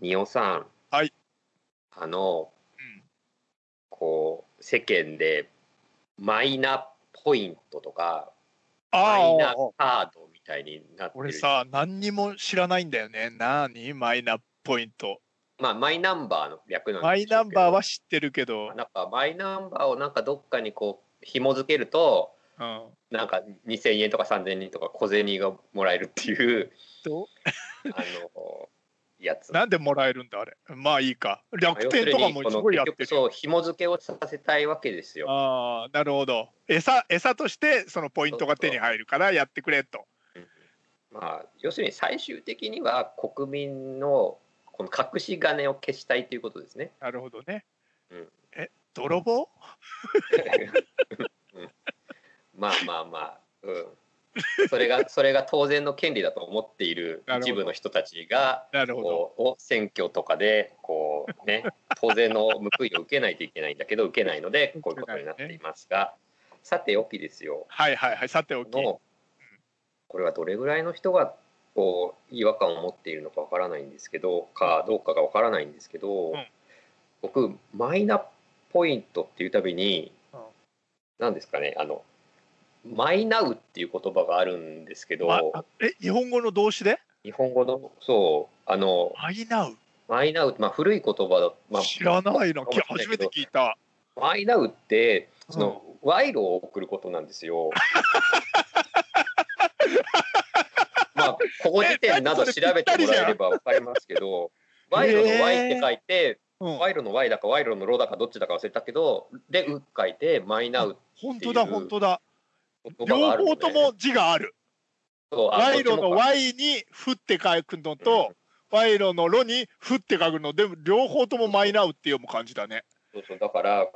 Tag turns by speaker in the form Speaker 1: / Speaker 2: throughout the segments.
Speaker 1: 仁尾さん
Speaker 2: はい
Speaker 1: あの
Speaker 2: うん
Speaker 1: こう世間でマイナポイントとかマイ
Speaker 2: あ
Speaker 1: ナ
Speaker 2: あ
Speaker 1: カードみたいになってる
Speaker 2: 俺さ何にも知らないんだよね何マイナポイント
Speaker 1: まあ、マイナンバーの略なんで
Speaker 2: マイ
Speaker 1: しょ
Speaker 2: ナ
Speaker 1: う
Speaker 2: ン
Speaker 1: けど
Speaker 2: バーは知ってるけ
Speaker 1: な
Speaker 2: ど、
Speaker 1: んかマイナンバーをなんかどっかにこう紐付けると
Speaker 2: うん、
Speaker 1: なんか2,000円とか3,000円とか小銭がもらえるって いう
Speaker 2: ど
Speaker 1: あのやつ。
Speaker 2: なんでもらえるんだあれまあいいか楽天とかもすごいやって
Speaker 1: 結局
Speaker 2: る
Speaker 1: そう紐付けをさせたいわけですよ。
Speaker 2: ああなるほど餌餌としてそのポイントが手に入るからやってくれと
Speaker 1: まあ、要するに最終的には国民のこの隠し金を消したいということです ね。
Speaker 2: なるほどね、
Speaker 1: うん
Speaker 2: え泥棒
Speaker 1: うんまあまあまあ、うん、それがそれが当然の権利だと思っている
Speaker 2: なるほ
Speaker 1: 一
Speaker 2: ど
Speaker 1: 部の人たちが
Speaker 2: なるほど
Speaker 1: こうを選挙とかでこう、ね、当然の報いを受けないといけないんだけど受けないのでこういうことになっていますが、さておきですよ
Speaker 2: はいはいはいさておき
Speaker 1: のこれはどれぐらいの人がこう違和感を持っているのかわからないんですけどかどうかがわからないんですけど、
Speaker 2: うん
Speaker 1: 僕マイナポイントっていうたびに
Speaker 2: うん
Speaker 1: 何、なん、ですかねあのマイナウっていう言葉があるんですけど、
Speaker 2: まあえ日本語の動詞で
Speaker 1: 日本語のそうあの
Speaker 2: マイナウ
Speaker 1: マイナウって、まあ、古い言葉だ、まあ、
Speaker 2: 知らないの、
Speaker 1: かも
Speaker 2: き
Speaker 1: しれないけ
Speaker 2: 初
Speaker 1: ど
Speaker 2: めて聞いた
Speaker 1: マイナウってその、賄賂を送ることなんですよ。 まあここ辞典など調べてもらえればわかりますけど
Speaker 2: え何
Speaker 1: 賄
Speaker 2: それぴったりじ
Speaker 1: 賂
Speaker 2: ゃん
Speaker 1: の Y って書いて、
Speaker 2: う
Speaker 1: 賄
Speaker 2: ん、
Speaker 1: 賂の Y だか賄賂のロだかどっちだか忘れたけどで「う」書いてマイナウ
Speaker 2: 本当だ
Speaker 1: っていう
Speaker 2: 本当だ
Speaker 1: 言葉
Speaker 2: 両
Speaker 1: があるの
Speaker 2: 方
Speaker 1: で
Speaker 2: とも字がある
Speaker 1: そうあ
Speaker 2: 賄賂
Speaker 1: どっち
Speaker 2: の
Speaker 1: もか
Speaker 2: Y に「ふ」って書くのと、賄賂の「ろ」に「ふ」って書くのでも両方ともマイナウって読む感じだね
Speaker 1: そうそうだから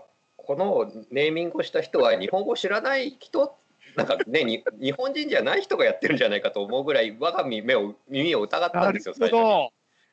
Speaker 1: このネーミングをした人は日本語知らない人なんかねに日本人じゃない人がやってるんじゃないかと思うぐらい我が耳を耳を疑った
Speaker 2: なん
Speaker 1: で
Speaker 2: る
Speaker 1: すよ
Speaker 2: ほ
Speaker 1: 最初に
Speaker 2: ど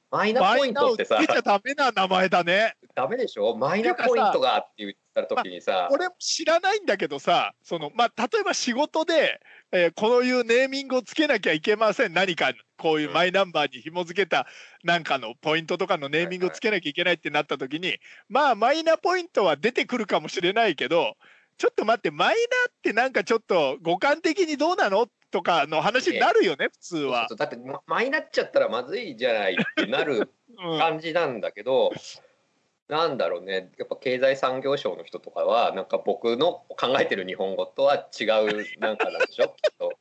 Speaker 1: マイナ
Speaker 2: マ
Speaker 1: ポイ
Speaker 2: イ
Speaker 1: ン
Speaker 2: ナ
Speaker 1: ト
Speaker 2: ウ
Speaker 1: っ
Speaker 2: ってて
Speaker 1: さ
Speaker 2: ちゃダメな名前だね
Speaker 1: ダメでしょマイナポイントがって言った時にさ、
Speaker 2: 俺も知らないんだけどさその、まあ、例えば仕事で、えーこういうネーミングをつけなきゃいけません何かこういうマイナンバーに紐付けたなんかのポイントとかのネーミングをつけなきゃいけないってなった時にまあマイナポイントは出てくるかもしれないけどちょっと待ってマイナってなんかちょっと五感的にどうなのとかの話になるよね普通は
Speaker 1: そ。うだってまマイナっちゃったらまずいじゃないってなる
Speaker 2: うん
Speaker 1: 感じなんだけ ど、なんだろうねやっぱ経済産業省の人とかはなんか僕の考えてる日本語とは違うなんかなんでし ょきっと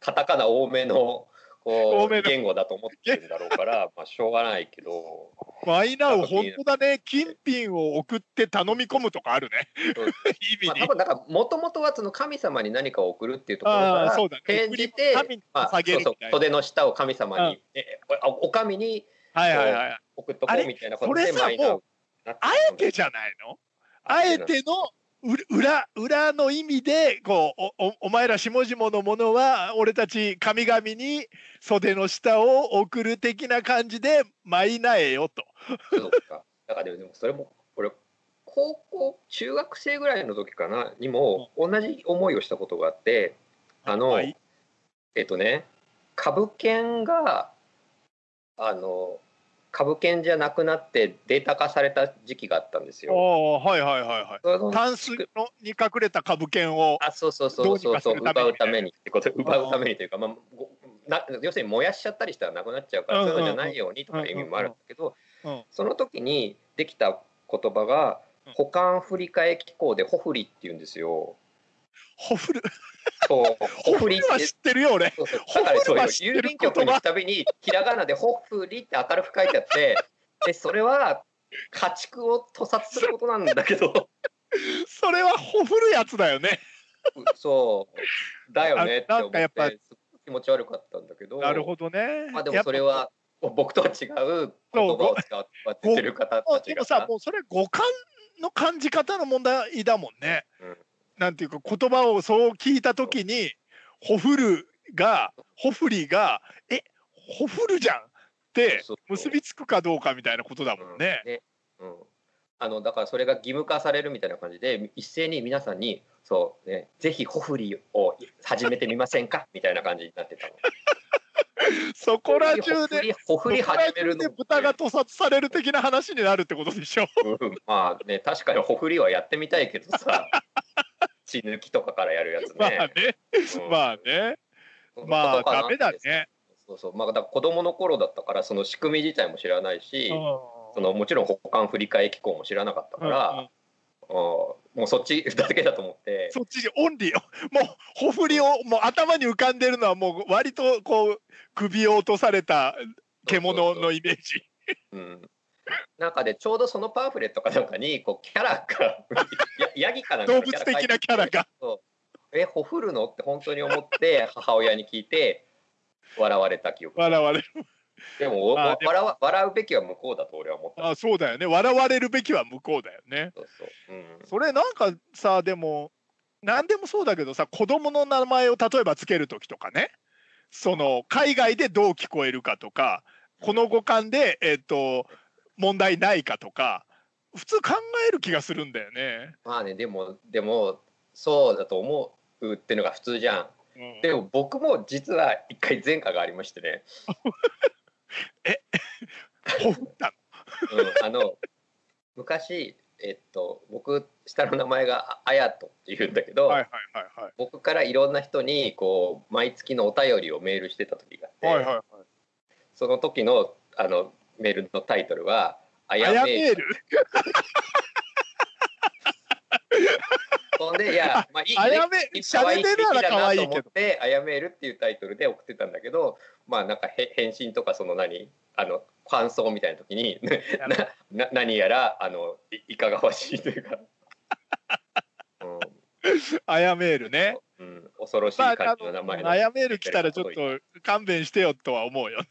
Speaker 1: カタカナ多めのこ
Speaker 2: 多
Speaker 1: う
Speaker 2: めの
Speaker 1: 言語だと思ってるんだろうからまあしょうがないけど
Speaker 2: マイナを本当だね金品を送って頼み込むとかあるね 意味
Speaker 1: まあ、
Speaker 2: に
Speaker 1: 多。分だからもともとはその神様に何かを送るっていうところか
Speaker 2: ああ
Speaker 1: ら
Speaker 2: そうだね
Speaker 1: 転じて
Speaker 2: 送り神に、
Speaker 1: まあ、そう
Speaker 2: 捧げるみた
Speaker 1: そ
Speaker 2: いうな
Speaker 1: 袖の下を神様に、えおお神に
Speaker 2: はいはいはい
Speaker 1: 送っとこ
Speaker 2: あれ
Speaker 1: うみたいなことで
Speaker 2: それさ
Speaker 1: マイナー
Speaker 2: もう
Speaker 1: なって
Speaker 2: あえてじゃないのあえてのう裏裏の意味でこうおおお前ら下々のものは俺たち神々に袖の下を送る的な感じで舞いなえよと。
Speaker 1: そうかだからでもそれも俺高校中学生ぐらいの時かなにも同じ思いをしたことがあってあの、
Speaker 2: はい
Speaker 1: えっとね株券があの株券じゃなくなってデータ化された時期があったんです
Speaker 2: あ
Speaker 1: よ。
Speaker 2: あはいはいはいはい。
Speaker 1: その
Speaker 2: タンスのに隠れた株券を
Speaker 1: あそうそう
Speaker 2: ど
Speaker 1: そうう
Speaker 2: に
Speaker 1: そう
Speaker 2: かす
Speaker 1: そう
Speaker 2: るために
Speaker 1: 奪うためにってこと奪うためにというか、まあ、ごな要するに燃やしちゃったりしたらなくなっちゃうから、
Speaker 2: うんうん
Speaker 1: そういうのじゃないようにとかいう意味もあるんだけど、
Speaker 2: うん
Speaker 1: その時にできた言葉が
Speaker 2: うん
Speaker 1: 保管振り替え機構でホフリって言うんです よ。
Speaker 2: ホフル
Speaker 1: そう
Speaker 2: ホフルは知ってるよ俺。
Speaker 1: そうそう
Speaker 2: ホ
Speaker 1: だ
Speaker 2: フ
Speaker 1: からそ
Speaker 2: ル
Speaker 1: ういう
Speaker 2: は知って
Speaker 1: 郵
Speaker 2: る
Speaker 1: 便
Speaker 2: 言
Speaker 1: 局に行
Speaker 2: 葉
Speaker 1: くたびにひらがなで「ホフリ」って明るく書いてあってでそれは家畜を屠殺することなんだけど
Speaker 2: それはホフルやつだよね。
Speaker 1: そうだよねって思っ
Speaker 2: あなんかやって
Speaker 1: すごく気持ち悪かったんだけど。
Speaker 2: なるほどね。
Speaker 1: まあで
Speaker 2: や
Speaker 1: も
Speaker 2: っぱ
Speaker 1: それは僕とは違う言葉を使ってる方
Speaker 2: あ
Speaker 1: たち
Speaker 2: で
Speaker 1: が
Speaker 2: も
Speaker 1: さ
Speaker 2: さもうそれ五感の感じ方の問題だもんね。
Speaker 1: うん
Speaker 2: なんていうか言葉をそう聞いた時にホフルがホフリが「えホフルじゃん!」って
Speaker 1: そうそう
Speaker 2: 結びつくかどうかみたいなことだもんね。
Speaker 1: うんうんあのだからそれが義務化されるみたいな感じで一斉に皆さんにそう、ね、ぜひホフリを始めてみませんかみたいな感じになってたの。
Speaker 2: そこら中
Speaker 1: ほ
Speaker 2: で
Speaker 1: ふりほふり始めるの
Speaker 2: で豚が屠殺される的な話になるってことでしょ
Speaker 1: うんまあね確かにほふりはやってみたいけどさ血抜きとかからやるやつね。
Speaker 2: まあね
Speaker 1: うん
Speaker 2: まあね まあダメだ。ね
Speaker 1: そうそうまあ、だから子供の頃だったからその仕組み自体も知らないし、そ
Speaker 2: そ
Speaker 1: のもちろん保管振り替え機構も知らなかったから、うんもうそっちだけだと思って
Speaker 2: そっちにオンリー をもうほふりをもう頭に浮かんでるのはもう割とこう首を落とされた獣のイメージ
Speaker 1: うん、なんかでちょうどそのパンフレットかなんかにこうキャラがやヤ ギかなんか
Speaker 2: 動
Speaker 1: の
Speaker 2: 物
Speaker 1: キャラ
Speaker 2: 的なキャラが
Speaker 1: そうえほふるのって本当に思って母親に聞いて笑われた記憶
Speaker 2: 笑われる
Speaker 1: でもお
Speaker 2: あでも
Speaker 1: 笑わ笑うべきは向こうだと俺は思った
Speaker 2: あそうだよね笑われるべきは向こうだよね
Speaker 1: そうそう、うん、
Speaker 2: それなんかさでも何でもそうだけどさ子供の名前を例えばつける時とかねその海外でどう聞こえるかとかこの語感で、えっと問題ないかとか普通考える気がするんだよね。
Speaker 1: まあねでもでもそうだと思うってのが普通じゃ
Speaker 2: うん
Speaker 1: んでも僕も実は一回前科がありましてね、
Speaker 2: ほった
Speaker 1: うん、あの昔えっと僕下の名前があやとっていうんだけど、
Speaker 2: のはいはいはいはい。
Speaker 1: 僕からいろんな人にこう毎月のお便りをメールしてた時があって、
Speaker 2: はいはいは
Speaker 1: その時のあのメールのタイトルは「あ
Speaker 2: い。あや
Speaker 1: やメー
Speaker 2: メ
Speaker 1: ル
Speaker 2: ール。」
Speaker 1: そんでいやまあいい
Speaker 2: あやめ
Speaker 1: いい
Speaker 2: しゃれでなら可愛い
Speaker 1: 素敵だなと思
Speaker 2: け
Speaker 1: っ
Speaker 2: ど。
Speaker 1: て「あやめる」っていうタイトルで送ってたんだけどまあなんかへ返信とかその何あの感想みたいな時 にね なな何やらあのいいかがわしいというか、
Speaker 2: あやメールね。
Speaker 1: うんうん、恐ろしい
Speaker 2: ま
Speaker 1: 感
Speaker 2: ああ
Speaker 1: じの名前
Speaker 2: の
Speaker 1: の
Speaker 2: あやメール来たらちょっと勘弁してよとは思うよね。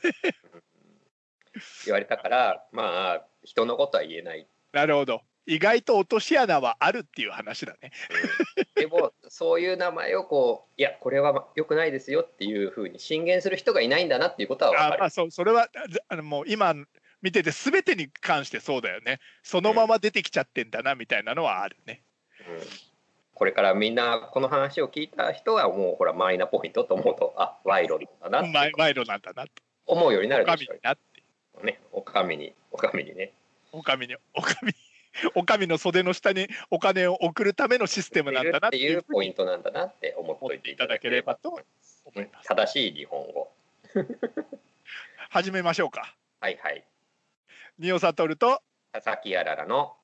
Speaker 1: 言われたからまあ人のことは言えない
Speaker 2: なるほど。意外と落とし穴はあるっていう話だね。
Speaker 1: でもそういう名前をこういやこれは良くないですよっていうふうに進言する人がいないんだなっていうことは分
Speaker 2: あ
Speaker 1: か
Speaker 2: ま
Speaker 1: る
Speaker 2: あ、そうそれはずあのもう今見てて全てに関してそうだよねそのまま出てきちゃってんだなみたいなのはあるね。
Speaker 1: うんこれからみんなこの話を聞いた人はもうほらマイナポイントと思うとあ賄賂だな
Speaker 2: う
Speaker 1: って
Speaker 2: まい賄賂なんだなと。
Speaker 1: 思うようにな
Speaker 2: お
Speaker 1: る
Speaker 2: か
Speaker 1: で
Speaker 2: み
Speaker 1: し
Speaker 2: に
Speaker 1: ょ
Speaker 2: なって
Speaker 1: うねおかみにおかみにね
Speaker 2: おかみにおかみおかみの袖の下にお金を送るためのシステムなんだなっ
Speaker 1: ってて
Speaker 2: い
Speaker 1: いうう
Speaker 2: ふう
Speaker 1: ポ
Speaker 2: に
Speaker 1: イントなんだなって思っておいていただければと
Speaker 2: 思います。
Speaker 1: 正しい日本語
Speaker 2: 始めましょうか。
Speaker 1: はいはい
Speaker 2: ニオサトルと
Speaker 1: 佐々木あららの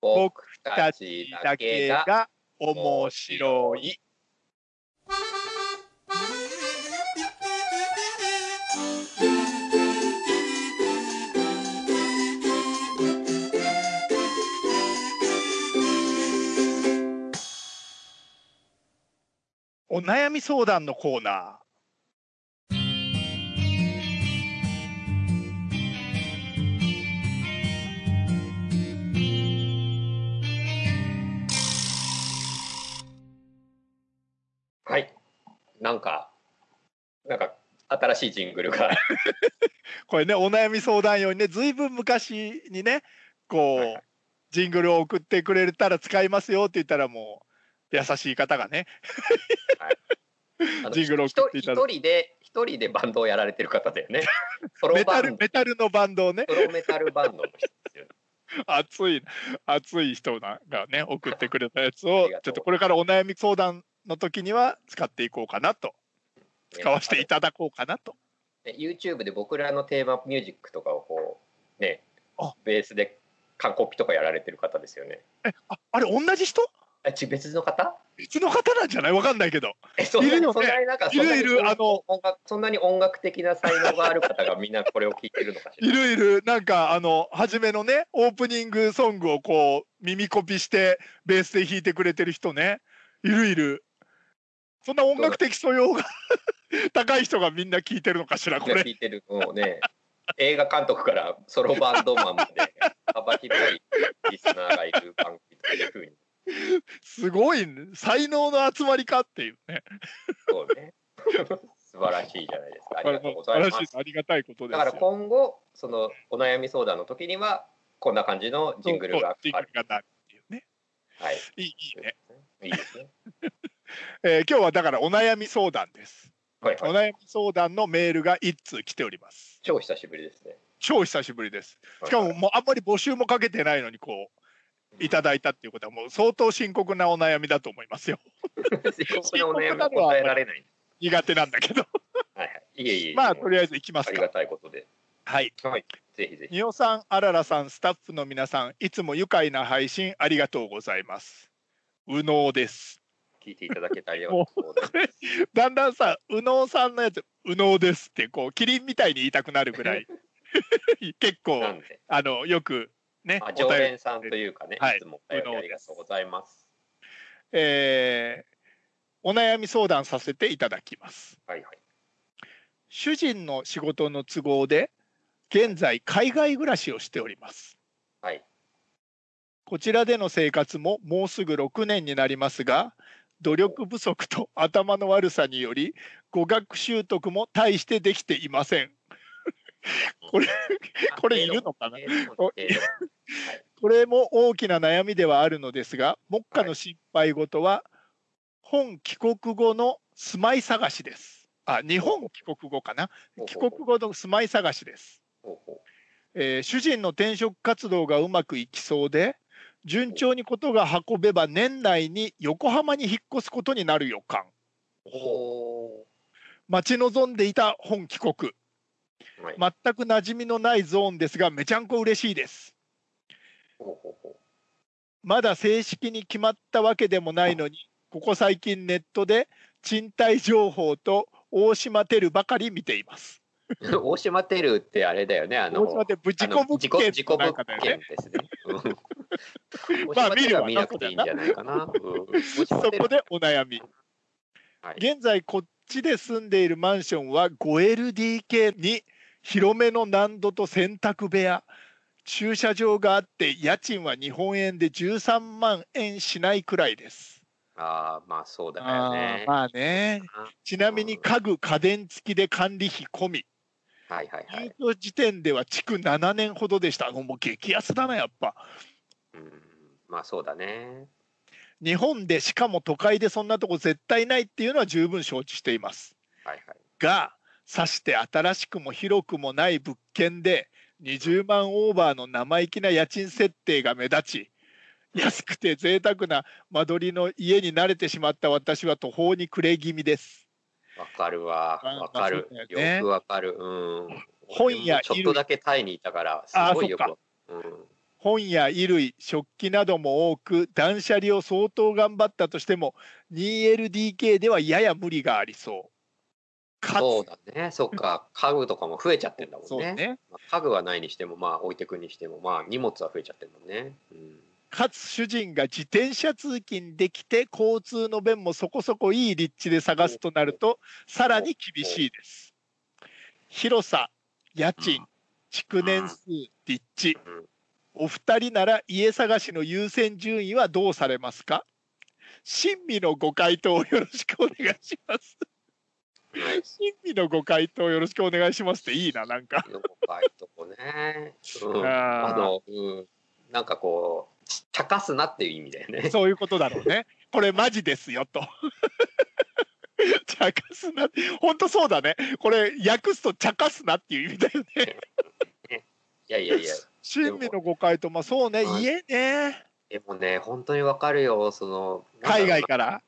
Speaker 2: 僕
Speaker 1: 僕
Speaker 2: た
Speaker 1: た
Speaker 2: ち
Speaker 1: ち
Speaker 2: だ
Speaker 1: だ
Speaker 2: け
Speaker 1: けが
Speaker 2: が面白い。お悩み相談のコーナー。
Speaker 1: はいなんかなんか新しいジングルが
Speaker 2: これねお悩み相談用にねずいぶん昔にねこう、
Speaker 1: はいはい
Speaker 2: ジングルを送ってくれたら使いますよって言ったらもう優しい方がね
Speaker 1: あの
Speaker 2: ジングルを送っていただ
Speaker 1: 一人で一人でバンドをやられてる方だよ ね。ソロ
Speaker 2: メ
Speaker 1: バ
Speaker 2: タ
Speaker 1: ン
Speaker 2: ル
Speaker 1: ド
Speaker 2: メタルのバンドをね
Speaker 1: ソロメタルバンドの人ですよね。
Speaker 2: 熱い熱い人がね送ってくれたやつ
Speaker 1: あ
Speaker 2: を
Speaker 1: りが
Speaker 2: ち
Speaker 1: とう
Speaker 2: ょっとこれからお悩み相談の時には使っていこうかなと使わせていただこうかなと
Speaker 1: ね YouTube で僕らのテーマミュージックとかをこうね
Speaker 2: あ
Speaker 1: ベースで完コピとかやられてる方ですよね。
Speaker 2: ああれ同じ人
Speaker 1: あち別の方？
Speaker 2: 別の方なんじゃないわかんないけど
Speaker 1: えそんない
Speaker 2: る
Speaker 1: に
Speaker 2: よ
Speaker 1: そ
Speaker 2: ね
Speaker 1: んなになんか
Speaker 2: いるい
Speaker 1: そんな
Speaker 2: る
Speaker 1: に
Speaker 2: あの
Speaker 1: 音楽そんなに音楽的な才能がある方がみんなこれを聞いてるのかしら。
Speaker 2: いるいるなんかあの初めのねオープニングソングをこう耳コピしてベースで弾いてくれてる人ねいるいるそんな音楽的素養 が高い人がみんな聞いてるのかしら これ
Speaker 1: 聞いてるもうね映画監督からソロバンドマンまで幅広いリスナーがいる番組というふうに
Speaker 2: すごい、ね、才能の集まりかっていうね
Speaker 1: そうね。 素晴らしいじゃないですか。ありがとうございま
Speaker 2: 素晴らし
Speaker 1: す。
Speaker 2: いありがたいことです
Speaker 1: だ
Speaker 2: よ
Speaker 1: から今後、そのお悩み相談の時には、こんな感じのジングル
Speaker 2: そう
Speaker 1: が
Speaker 2: ジン
Speaker 1: あ
Speaker 2: グ
Speaker 1: る
Speaker 2: ル。がなるっていうね
Speaker 1: はい。
Speaker 2: いいいいね、
Speaker 1: いいですね。
Speaker 2: えー今日はだからお悩み相談です
Speaker 1: はい
Speaker 2: お
Speaker 1: はい。
Speaker 2: 悩み相談のメールが1通来ております。
Speaker 1: 超久しぶりですね。
Speaker 2: 超久しぶりです。しかももうあんまり募集もかけてないのにこういただいたっていうことはもう相当深刻なお悩みだと思いますよ。
Speaker 1: 深刻なお悩み答えられない。
Speaker 2: 苦手なんだけど。
Speaker 1: はいはい。いえいえ。
Speaker 2: まあ
Speaker 1: もう
Speaker 2: とりあえず行きま
Speaker 1: あ
Speaker 2: す
Speaker 1: り
Speaker 2: か
Speaker 1: が。たいことで。
Speaker 2: はい。
Speaker 1: はい。ぜひぜひ。
Speaker 2: ニオさん、あららさん、スタッフの皆さん、いつも愉快な配信ありがとうございます。右脳です。
Speaker 1: 聞いていただけたりは。
Speaker 2: だんだんさ、右脳さんのやつ、右脳ですってこうキリンみたいに言いたくなるぐらい 結構
Speaker 1: なんで。
Speaker 2: あのよくね、
Speaker 1: まあ、
Speaker 2: お
Speaker 1: 常
Speaker 2: 便り
Speaker 1: 連さんというかね、
Speaker 2: はい
Speaker 1: い、つもお便りありがとうございます。
Speaker 2: えーお悩み相談させていただきます。
Speaker 1: はいはい。
Speaker 2: 主人の仕事の都合で現在海外暮らしをしております。
Speaker 1: はい。
Speaker 2: こちらでの生活ももうすぐ6年になりますが努力不足と頭の悪さにより語学習得も大してできていません。これこれいるのかな
Speaker 1: えー とえーと
Speaker 2: これも大きな悩みではあるのですが目下の心配事は本帰国後の住まい探しです。あ日本帰国後かな
Speaker 1: ほう
Speaker 2: 帰
Speaker 1: ほう
Speaker 2: 国後の住まい探しです。
Speaker 1: ほうほ
Speaker 2: えー主人の転職活動がうまくいきそうで順調にことが運べば年内に横浜に引っ越すことになる予感
Speaker 1: うほ
Speaker 2: 待ち望んでいた本帰国
Speaker 1: うはい
Speaker 2: 全く馴染みのないゾーンですがめちゃんこ嬉しいです
Speaker 1: ほうほうほ
Speaker 2: まだ正式に決まったわけでもないのにここ最近ネットで賃貸情報と大島テルばかり見ています
Speaker 1: う 大島テルってあれだよね、あの、
Speaker 2: 大島テルブチ
Speaker 1: あ
Speaker 2: コ
Speaker 1: の
Speaker 2: 物
Speaker 1: 自己
Speaker 2: 件
Speaker 1: 自己
Speaker 2: の
Speaker 1: 物
Speaker 2: 中だよ
Speaker 1: 件
Speaker 2: ね
Speaker 1: ですね。うん大
Speaker 2: まあ
Speaker 1: 島テルは見
Speaker 2: 見るわ
Speaker 1: なくていいんじゃないかな。うん大
Speaker 2: そ
Speaker 1: 島テル
Speaker 2: こでお悩み
Speaker 1: はい
Speaker 2: 現在こっちで住んでいるマンションは 5LDK に広めの難度と洗濯部屋駐車場があって家賃は日本円で13万円しないくらいです。
Speaker 1: ああ、まあそうだよね。
Speaker 2: まあねちなみに家具家電付きで管理費込み
Speaker 1: はいはいは
Speaker 2: 入
Speaker 1: い。
Speaker 2: 居時点では築7年ほどでしたもう激安だなやっぱ
Speaker 1: うん、まあそうだね。
Speaker 2: 日本でしかも都会でそんなとこ絶対ないっていうのは十分承知しています。
Speaker 1: はいはい。
Speaker 2: がさして新しくも広くもない物件で20万オーバーの生意気な家賃設定が目立ち安くて贅沢な間取りの家に慣れてしまった私は途方に暮れ気味です
Speaker 1: わかるわ。
Speaker 2: まあ
Speaker 1: わかる
Speaker 2: まあそう。だよね
Speaker 1: よくわかる。うん。
Speaker 2: 本や
Speaker 1: 俺もちょっとだけタイにいたから、す
Speaker 2: あ
Speaker 1: ごいよく
Speaker 2: そっ
Speaker 1: わ。うん。
Speaker 2: 本や衣類食器なども多く断捨離を相当頑張ったとしても 2LDK ではやや無理がありそうか
Speaker 1: そう
Speaker 2: つ
Speaker 1: だね。そっか。家具とかも増えちゃってんだも
Speaker 2: そうん
Speaker 1: ね。
Speaker 2: ね
Speaker 1: まあ家具はないにしても、まあ置いてくにしても、まあ荷物は増えちゃってるもんね。うん。
Speaker 2: かつ主人が自転車通勤できて交通の便もそこそこいい立地で探すとなるとさらに厳しいです広さ家賃築年数立地
Speaker 1: うん
Speaker 2: お二人なら家探しの優先順位はどうされますか親身のご回答をよろしくお願いします
Speaker 1: はい
Speaker 2: 親身のご回答をよろしくお願いしますっていいななんか
Speaker 1: よくわかるとこね。うん。
Speaker 2: あー
Speaker 1: あの、うん。なんかこう、茶化すなっていう意味だよね。
Speaker 2: そういうことだろうね。これマジですよと。 茶化すな。本当そうだね。これ訳すと茶化すなっていう意味だ よね。
Speaker 1: いやいやいや。
Speaker 2: 親身の誤解とまあそうね。
Speaker 1: はい
Speaker 2: 家ね。
Speaker 1: でもね、本当にわかるよ。その、なんだろ
Speaker 2: 海
Speaker 1: う
Speaker 2: 外から。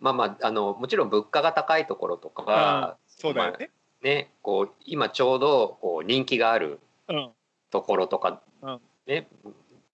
Speaker 1: まあまあ、あの、もちろん物価が高いところとか、
Speaker 2: そうだよね。
Speaker 1: ね、こう今ちょうどこう人気がある
Speaker 2: うん。
Speaker 1: ところとか、
Speaker 2: うん
Speaker 1: ね、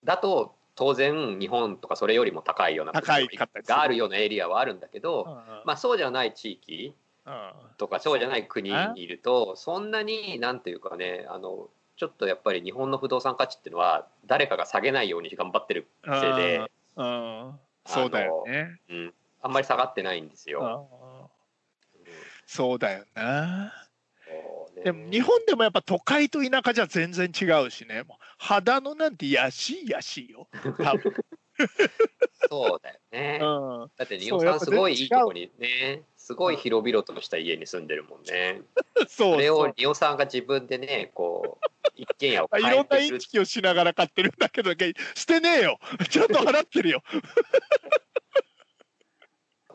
Speaker 1: だと当然日本とかそれよりも高いような
Speaker 2: 高いかったりする
Speaker 1: があるようなエリアはあるんだけど、
Speaker 2: ま
Speaker 1: まあ、そうじゃない地域
Speaker 2: あ、
Speaker 1: とかそうじゃない国にいるとそんなになんていうかねあのちょっとやっぱり日本の不動産価値っていうのは誰かが下げないように頑張ってる
Speaker 2: うん
Speaker 1: せいで、
Speaker 2: うん。うんそうだよね。
Speaker 1: うん、あんまり下がってないんです
Speaker 2: う
Speaker 1: よ。
Speaker 2: んそうだよな。
Speaker 1: そうね
Speaker 2: でも日本でもやっぱ都会と田舎じゃ全然違うしね。もう肌のなんてやしいやしいよ。多 分
Speaker 1: そうだよね。
Speaker 2: うん。
Speaker 1: だって日
Speaker 2: そう
Speaker 1: 本
Speaker 2: や
Speaker 1: さん
Speaker 2: っぱ
Speaker 1: すごいいいとこにねすごい広々とした家に住んでるもんね
Speaker 2: そう
Speaker 1: それ
Speaker 2: そう
Speaker 1: を。リオさんが自分でねこ う一軒家を
Speaker 2: あい
Speaker 1: 買
Speaker 2: ろ
Speaker 1: え
Speaker 2: んな
Speaker 1: て
Speaker 2: イン
Speaker 1: る
Speaker 2: チキをしながら買ってるんだけど、してねえよ。 ちゃんと払ってるよ。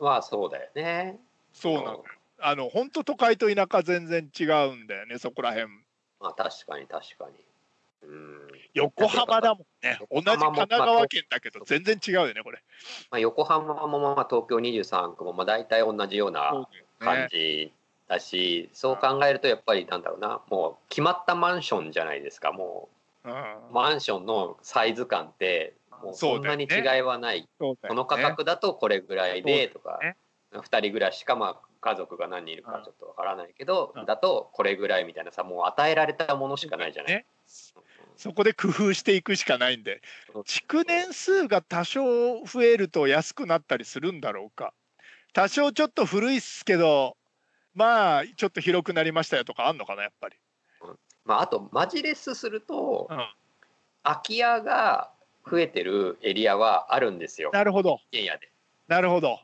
Speaker 1: はそうだよね
Speaker 2: そうなの。あの本当都会と田舎全然違うんだよねそこら辺
Speaker 1: まあ確かに確かに。うん
Speaker 2: 横浜だもんね同
Speaker 1: 横
Speaker 2: じ神
Speaker 1: 浜も
Speaker 2: 奈川県だけど全然違うよねこれ
Speaker 1: まあ、横浜もまあ東京23区もまあ大体同じような
Speaker 2: そうだよ
Speaker 1: 感
Speaker 2: ね
Speaker 1: じだしそう考えるとやっぱりなんだろうなもう決まったマンションじゃないですかも
Speaker 2: うん
Speaker 1: うマンションのサイズ感ってもうそんなに違いはない、
Speaker 2: そうだ
Speaker 1: こ
Speaker 2: よね
Speaker 1: の価格だとこれぐらいでとか
Speaker 2: そうだよ
Speaker 1: 2人ぐらいしかまあ家族が何人いるかちょっとわからないけど
Speaker 2: うん
Speaker 1: だとこれぐらいみたいなさもう与えられたものしかないじゃない
Speaker 2: ねそこで工夫していくしかないんで築年数が多少増えると安くなったりするんだろうか多少ちょっと古いっすけどまあちょっと広くなりましたよとかあんのかなやっぱり、
Speaker 1: まあ、あとマジレスすると
Speaker 2: うん、
Speaker 1: 空き家が増えてるエリアはあるんですよ
Speaker 2: なるほど
Speaker 1: 一軒家で。
Speaker 2: なるほど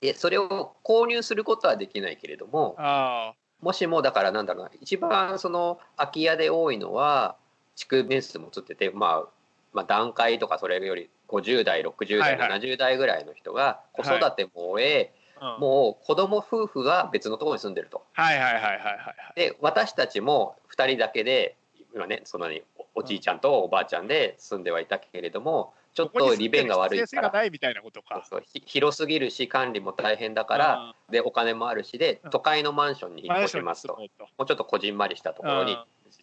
Speaker 1: でそれを購入することはできないけれども
Speaker 2: あ
Speaker 1: もしもだからなんだろうな一番その空き家で多いのは築年数も映ってて、まあ、まあ段階とかそれより50代60代、
Speaker 2: はいは
Speaker 1: 70代ぐらいの人が子育ても終え、
Speaker 2: あ、うん、
Speaker 1: もう子供夫婦が別のところに住んでると。
Speaker 2: はいはいはいはいはいはい
Speaker 1: で私たちも2人だけで今ねそのにおおじいちゃんとおばあちゃんで住んではいたけれどもちょっ
Speaker 2: ここに
Speaker 1: と
Speaker 2: 住ん
Speaker 1: 利
Speaker 2: でる
Speaker 1: 便が悪い
Speaker 2: 必要
Speaker 1: か
Speaker 2: 性が
Speaker 1: ら。
Speaker 2: ないみたいなこと
Speaker 1: そう
Speaker 2: か
Speaker 1: そうひ広すぎるし管理も大変だから、でお金もあるしで
Speaker 2: うん
Speaker 1: 都会のマンションに
Speaker 2: うん
Speaker 1: 引っ越しますと
Speaker 2: マンションに住もう
Speaker 1: もうちょっとこじんまりしたところに
Speaker 2: う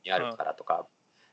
Speaker 2: ん
Speaker 1: あるからとか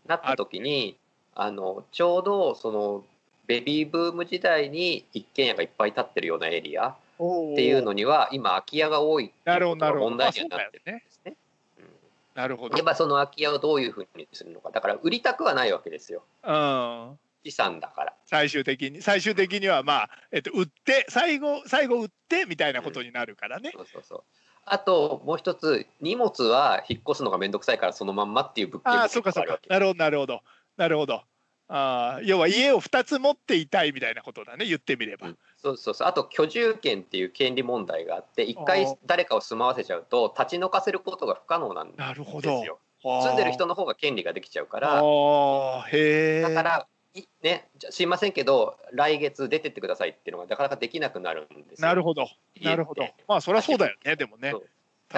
Speaker 1: なった時にあのちょうどそのベビーブーム時代に一軒家がいっぱい建ってるようなエリア
Speaker 2: とおー
Speaker 1: っていうのには今空き家が多いって
Speaker 2: なる
Speaker 1: い
Speaker 2: ほ
Speaker 1: うこ
Speaker 2: ど
Speaker 1: とが
Speaker 2: なるほど
Speaker 1: 問題にはなってるん
Speaker 2: まあそうだよね
Speaker 1: ですね。うん
Speaker 2: なるほど
Speaker 1: でまあその空き家をどういうふうにするのかだから売りたくはないわけですよ
Speaker 2: うん
Speaker 1: 資産だから。
Speaker 2: 最終的に最終的にはまあ、えっと、売って最後最後売ってみたいなことになるからね、
Speaker 1: そうそうそうあともう一つ荷物は引っ越すのが面倒くさいからそのまんまっていう物件
Speaker 2: あ
Speaker 1: も
Speaker 2: あそう
Speaker 1: 結
Speaker 2: か
Speaker 1: 構
Speaker 2: そ
Speaker 1: あ
Speaker 2: う
Speaker 1: るわ
Speaker 2: か
Speaker 1: け
Speaker 2: なるほどなるほどなるほどああ要は家を2つ持っていたいみたいなことだね言ってみれば、
Speaker 1: うんそうそうそうあと居住権っていう権利問題があって一回
Speaker 2: あー
Speaker 1: 誰かを住まわせちゃうと立ち退かせることが不可能なんで
Speaker 2: なるほ
Speaker 1: す
Speaker 2: ど
Speaker 1: よ
Speaker 2: ああ
Speaker 1: 住んでる人の方が権利ができちゃうから
Speaker 2: ああへえ
Speaker 1: だから、いねじゃすいませんけど来月出てってくださいっていうのがなかなかできなくなるんですよ
Speaker 2: なるほど
Speaker 1: 家って
Speaker 2: なるほどまあそりゃそうだよねでもね
Speaker 1: そうだ